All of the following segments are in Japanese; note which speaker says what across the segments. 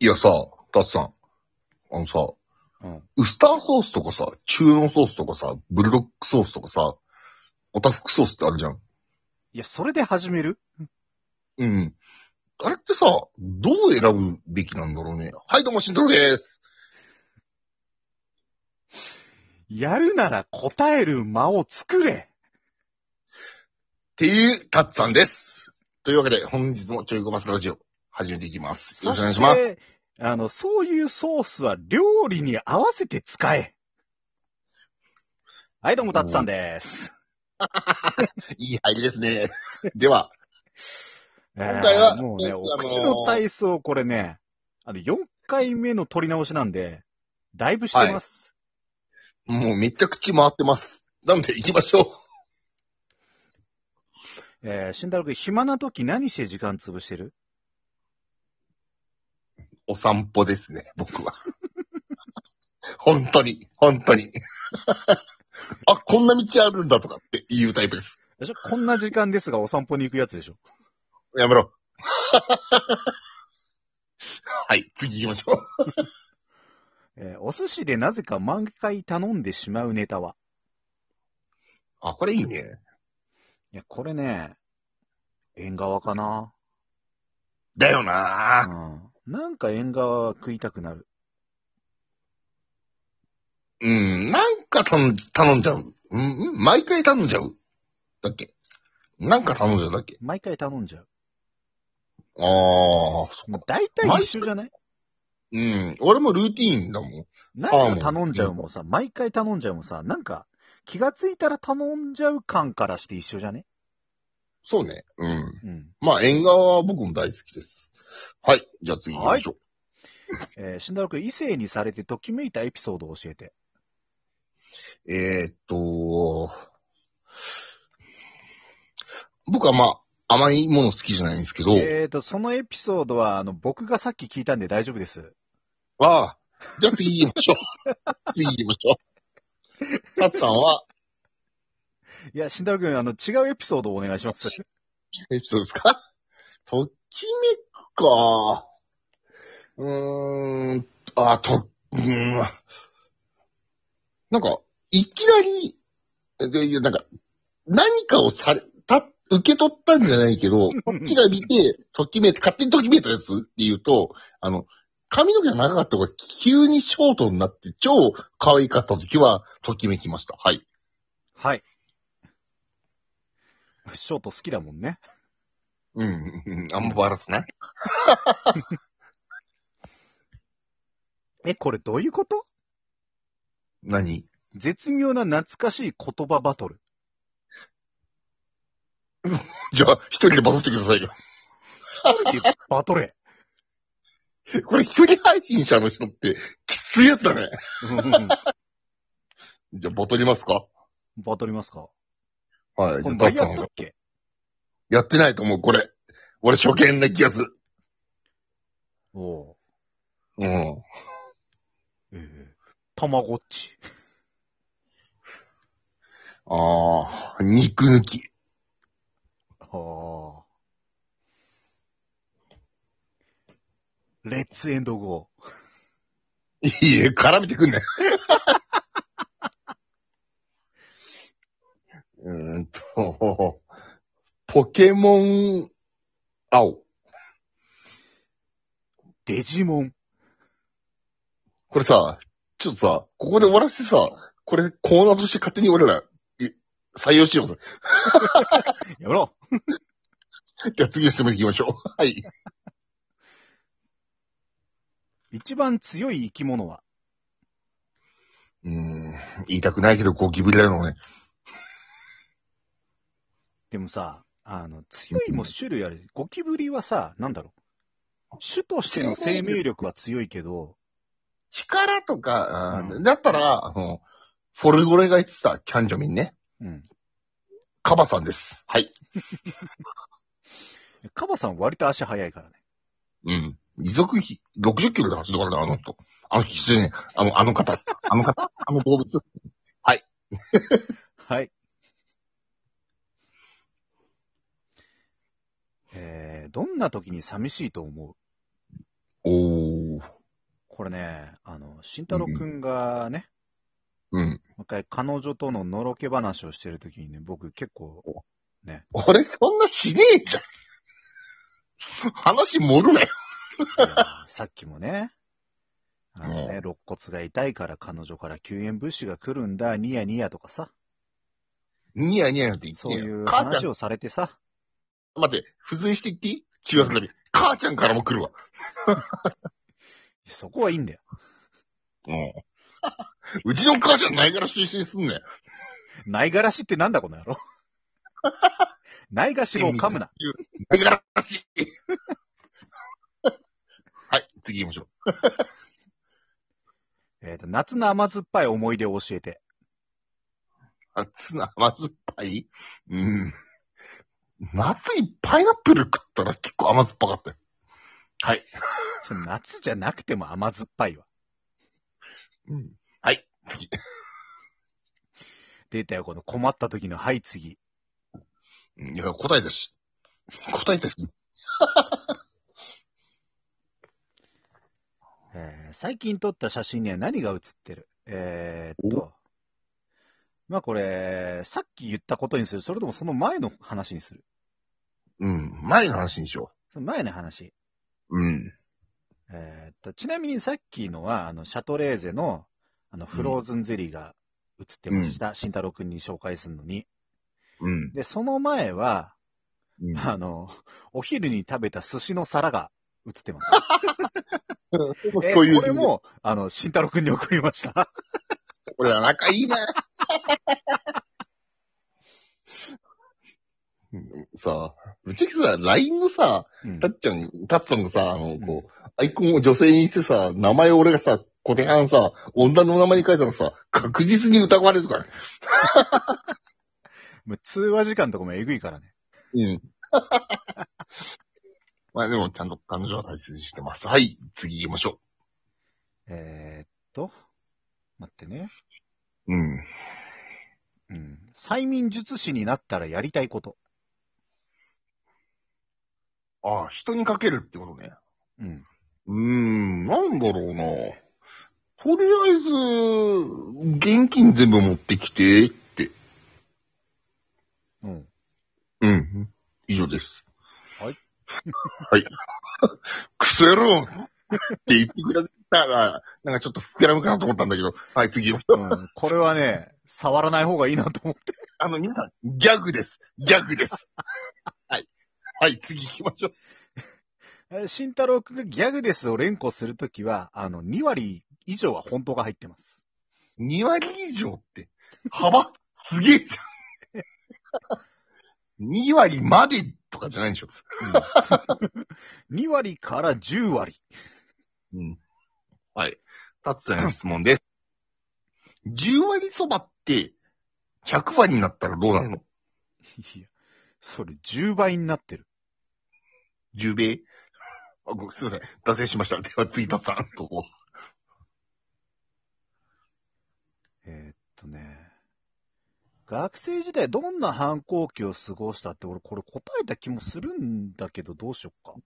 Speaker 1: いやさ、だってさ、あのさ、
Speaker 2: うん。
Speaker 1: ウスターソースとかさ、中濃ソースとかさ、ブルドックソースとかさ、オタフクソースってあるじゃん。
Speaker 2: いや、それで始める
Speaker 1: うん。あれってさ、どう選ぶべきなんだろうね。はい、どうも、しんどろです。
Speaker 2: やるなら答える間を作れ
Speaker 1: っていう、たっさんです。というわけで、本日もちょいごますラジオ、始めていきます。よろしくお願いします。
Speaker 2: す。あの、そういうソースは料理に合わせて使えはい、どうも、たつさんです。
Speaker 1: いい入りですね。では、今回
Speaker 2: え
Speaker 1: は
Speaker 2: ーもうね、
Speaker 1: あの
Speaker 2: お口の体操、これね、あの、4回目の取り直しなんで、だいぶしてます。
Speaker 1: もうめっちゃ口回ってます。なので、行きましょう。
Speaker 2: えー、慎太郎君、暇な時何して時間潰してる
Speaker 1: お散歩ですね、僕は。 本当に、本当に。 あ、こんな道あるんだとかって言うタイプです。
Speaker 2: でしょこんな時間ですが、お散歩に行くやつでしょ
Speaker 1: やめろ。 はい、次行きましょう。
Speaker 2: えーお寿司でなぜか満開頼んでしまうネタは
Speaker 1: あ、これいいね。
Speaker 2: いや、これね、縁側かな。
Speaker 1: だよなぁ
Speaker 2: うん。なんか縁側は食いたくなる。
Speaker 1: うん、なんか頼ん頼んじゃう。うん、うん毎回頼んじゃう。だっけなんか頼んじゃうだっけ
Speaker 2: 毎回頼んじゃう。
Speaker 1: ああ、そっ
Speaker 2: もう
Speaker 1: か。
Speaker 2: 大体一緒じゃない
Speaker 1: うん、俺もルーティーンだもん。
Speaker 2: なんか
Speaker 1: サーモ
Speaker 2: 頼
Speaker 1: ン
Speaker 2: んじゃうもさ、毎回頼んじゃうもさ、なんか気がついたら頼んじゃう感からして一緒じゃね
Speaker 1: そうね。うん。
Speaker 2: うん。
Speaker 1: まあ、縁側は僕も大好きです。はい。じゃあ次行きましょう。
Speaker 2: えー、慎太郎くん、異性にされてときめいたエピソードを教えて。
Speaker 1: えーっと、僕はまあ、甘いもの好きじゃないんですけど、
Speaker 2: えーと、そのエピソードは、あの、僕がさっき聞いたんで大丈夫です。
Speaker 1: ああ、じゃあ次行きましょう。 次行きましょう。タツさんは、
Speaker 2: いや、慎太郎くん、あの、違うエピソードをお願いします。
Speaker 1: エピソードですか ときめくか。うーん、あ、と、うーん。なんか、いきなり、でいやなんか、何かをされた、受け取ったんじゃないけ ど、こっちが見て、ときめいて、勝手にときめいたやつって言うと、あの、髪の毛が長かった子が急にショートになって超可愛かった時は、ときめきました。はい。
Speaker 2: はい。ショート好きだもんね。
Speaker 1: うんうん、うんあんまバラすね。
Speaker 2: え、これどういうこと
Speaker 1: 何
Speaker 2: 絶妙な懐かしい言葉バトル。
Speaker 1: じゃあ、一人でバトってくださいよ。
Speaker 2: えバトれ。
Speaker 1: これ一人配信者の人って、きついやつだね。
Speaker 2: うん
Speaker 1: じゃあ、ボトりますか
Speaker 2: バトりますか
Speaker 1: はい。
Speaker 2: こ
Speaker 1: じゃ
Speaker 2: れ
Speaker 1: あ、タ
Speaker 2: 前
Speaker 1: ッ
Speaker 2: や
Speaker 1: さ
Speaker 2: った
Speaker 1: ん
Speaker 2: っ、け
Speaker 1: やってないと思う、これ。俺、初見な気がする。
Speaker 2: おお
Speaker 1: うん。
Speaker 2: う。ええたまごっち。
Speaker 1: あー、肉抜き。
Speaker 2: はあ。レッツエンドゴ
Speaker 1: いいえ、絡めてくんね。 うーんと、ポケモン、青。
Speaker 2: ー。デジモン。
Speaker 1: これさ、ちょっとさ、ここで終わらせてさ、これコーナーとして勝手に俺ら、い採用しよう。
Speaker 2: やめろ
Speaker 1: じゃあ次の質問行きましょう。はい。
Speaker 2: 一番強い生き物は
Speaker 1: うーん、言いたくないけどゴキブリだよね。
Speaker 2: でもさ、あの、強いも種類ある。ゴキブリはさ、なんだろう。種としての生命力は強いけど、
Speaker 1: 力とか、あー
Speaker 2: うん
Speaker 1: だったら、あの、フォルゴレが言ってたキャンジャミンね。
Speaker 2: うん。
Speaker 1: カバさんです。はい。
Speaker 2: カバさん割と足速いからね。
Speaker 1: うん。時速比60キロで走るからね、あの人。あの人、失礼ね。あの、あの方。あの 方。あの動物。
Speaker 2: はい。えー、どんな時に寂しいと思う
Speaker 1: おー。
Speaker 2: これね、あの、慎太郎くんがね、
Speaker 1: うん。
Speaker 2: もう一回彼女とののろけ話をしてるときにね、僕結構、
Speaker 1: 俺そんなしねえじゃん。話盛るなよ。
Speaker 2: いや さっきもね、あのね、肋骨が痛いから彼女から救援物資が来るんだ、ニヤニヤとかさ、
Speaker 1: ニヤニヤなんて言って
Speaker 2: そう
Speaker 1: よ
Speaker 2: いう
Speaker 1: 母ちゃ
Speaker 2: 話をされてさ、
Speaker 1: ん、待って、付随して言っていい血はすび。母ちゃんからも来るわ。
Speaker 2: そこはいいんだよ。
Speaker 1: うん。うちの母ちゃんないから推薦すんなよ。
Speaker 2: ないがらしってなんだこの野郎。 ないがしろを噛むな。
Speaker 1: ないからしい。 はい、次行きましょう。
Speaker 2: えーと、夏の甘酸っぱい思い出を教えて。
Speaker 1: あ、ツナ甘酸っぱいうん。夏にパイナップル食ったら結構甘酸っぱかったよ。はい。
Speaker 2: その夏じゃなくても甘酸っぱいわ。
Speaker 1: うん、はい。次。
Speaker 2: 出たよ、この困った時の、はい、次。
Speaker 1: いや、答えだし。答えだし。
Speaker 2: えー最近撮った写真には何が写ってるえーっと、まあこれ、さっき言ったことにする、それともその前の話にする。
Speaker 1: うん。前の話にしよ
Speaker 2: その前の話。
Speaker 1: う。うん。
Speaker 2: えーっと、ちなみにさっきのは、あの、シャトレーゼの、あの、フローズンゼリーが写ってました。慎太郎くんに紹介するのに。
Speaker 1: うん。
Speaker 2: で、その前は、
Speaker 1: うん
Speaker 2: あの、お昼に食べた寿司の皿が映ってます。 え、
Speaker 1: そういう
Speaker 2: これも、あの、慎太郎くんに送りました。
Speaker 1: 俺ら仲 いいな。うんさあ、ぶっちゃけさ、LINE のさ、
Speaker 2: うん
Speaker 1: たっちゃん、たっさんがさ、あの、
Speaker 2: うん
Speaker 1: こう、アイコンを女性にしてさ、名前を俺がさ、小手半さ、女の名前に書いたらさ、確実に疑われるからね。
Speaker 2: もう通話時間とかもえぐいからね。
Speaker 1: うん。 まあでも、ちゃんと彼女は大切にしてます。はい、次行きましょ
Speaker 2: えーっと、待ってね。
Speaker 1: う。うん。
Speaker 2: うん。催眠術師になったらやりたいこと。
Speaker 1: ああ、人にかけるってことね。
Speaker 2: うん。
Speaker 1: うーん、なんだろうな。とりあえず、現金全部持ってきて、って。
Speaker 2: うん。
Speaker 1: うん。以上です。
Speaker 2: はい。
Speaker 1: はい。 くせろって言ってくれたら、なんかちょっと膨らむかなと思ったんだけど。はい、次。
Speaker 2: うん、これはね、触らない方がいいなと思って。
Speaker 1: あの、皆さん、ギャグです。ギャグです。はい。はい、次行きましょう。
Speaker 2: えー慎太郎くんがギャグですを連呼するときは、あの、2割以上は本当が入ってます。
Speaker 1: 2割以上って、幅すげえじゃん。2割までとかじゃないでしょ。
Speaker 2: うん、2割から10割。
Speaker 1: うん。はい。タツさんの質問です。10割そばって、100割になったらどうなるの
Speaker 2: いや、それ10倍になってる。
Speaker 1: ?10 米 あごすいません。脱線しました。では、次、タツさん。どうぞ
Speaker 2: えーっとね。学生時代どんな反抗期を過ごしたって俺これ答えた気もするんだけどどうしよっか。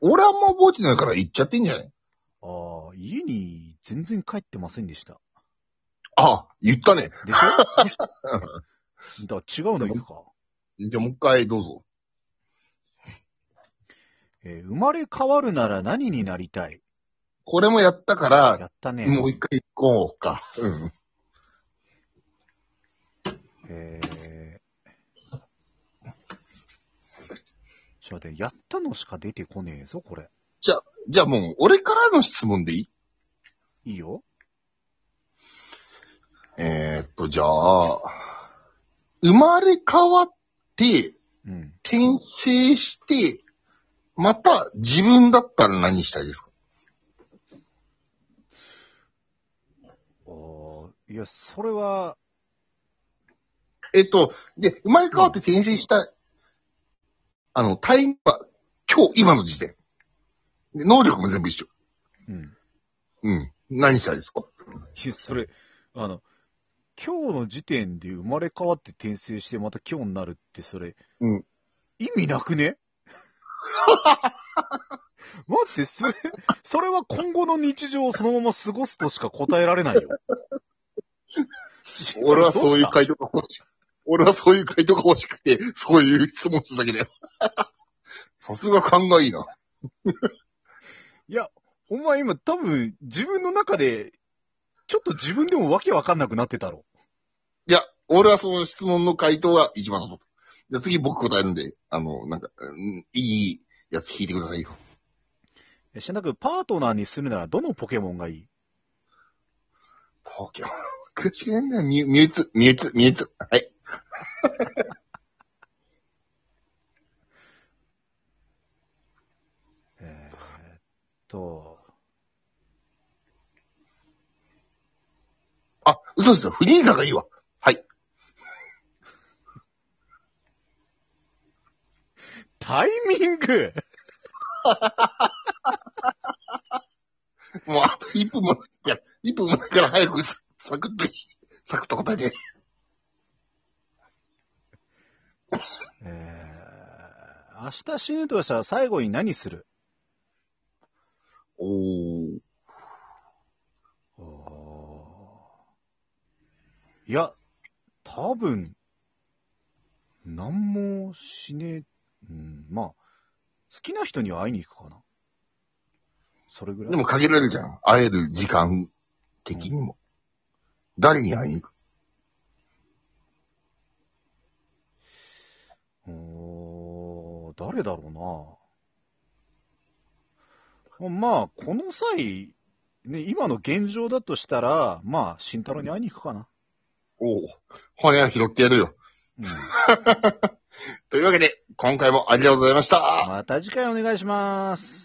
Speaker 1: 俺あんま覚えてないから言っちゃってんじゃない
Speaker 2: ああ、家に全然帰ってませんでした。
Speaker 1: あ、言ったね。
Speaker 2: でし ょだから違うの言うか。
Speaker 1: じゃあ、もう一回どうぞ。
Speaker 2: えー生まれ変わるなら何になりたい
Speaker 1: これもやったから、
Speaker 2: やったね。
Speaker 1: もう一回行こうか。うん。
Speaker 2: えーちょっと待ってやったのしか出てこねえぞ、これ。
Speaker 1: じゃあもう、俺からの質問でいい
Speaker 2: いいよ。
Speaker 1: えー、っと、じゃあ、生まれ変わって、
Speaker 2: うん。
Speaker 1: 転生して、また自分だったら何したいですか
Speaker 2: おーいや、それは、
Speaker 1: えっと、で、生まれ変わって転生した、あの、タイムは、今日、今の時点。で能力も全部一緒。
Speaker 2: うん。
Speaker 1: うん。何したいですか
Speaker 2: いや、それ、あの、今日の時点で生まれ変わって転生してまた今日 になるって、それ、
Speaker 1: うん
Speaker 2: 意味なくね待って、それ、それは今後の日常をそのまま過ごすとしか答えられないよ。
Speaker 1: 俺はそういう
Speaker 2: か
Speaker 1: 回答が欲しい。俺はそういう回答が欲しくて、そういう質問するだけだよ。 さすが勘がいいな。
Speaker 2: お前今多分自分の中で、ちょっと自分でもわけわかんなくなってたろ。
Speaker 1: いや、俺はその質問の回答が一番の。じゃあ次僕答えるんで、あの、なんか、うんいいやつ聞いてくださいよ。
Speaker 2: えしなくパートナーにするならどのポケモンがいい
Speaker 1: ポケモン。口がないんだよ。ミュミュウツ、ミュウツ、ミュウツ。はい。
Speaker 2: えーっと、
Speaker 1: あ、嘘ですよ。フリーザがいいわ。
Speaker 2: タイミング
Speaker 1: もうあと1分もないから、1分もないから早くササクッと、サクッと答えて。
Speaker 2: えー、明日死ぬとしたら最後に何する
Speaker 1: おー。
Speaker 2: おーいや、多分、何もしねえ、うん、まあ、好きな人には会いに行くかな。それぐらい。
Speaker 1: でも限られるじゃん。会える時間的にも。誰に会いに行く
Speaker 2: おー誰だろうな。まあ、この際、ね、今の現状だとしたら、まあ、慎太郎に会いに行くかな。
Speaker 1: おお。骨は拾ってやるよ。
Speaker 2: うん、
Speaker 1: というわけで、今回もありがとうございました。
Speaker 2: また次回お願いします。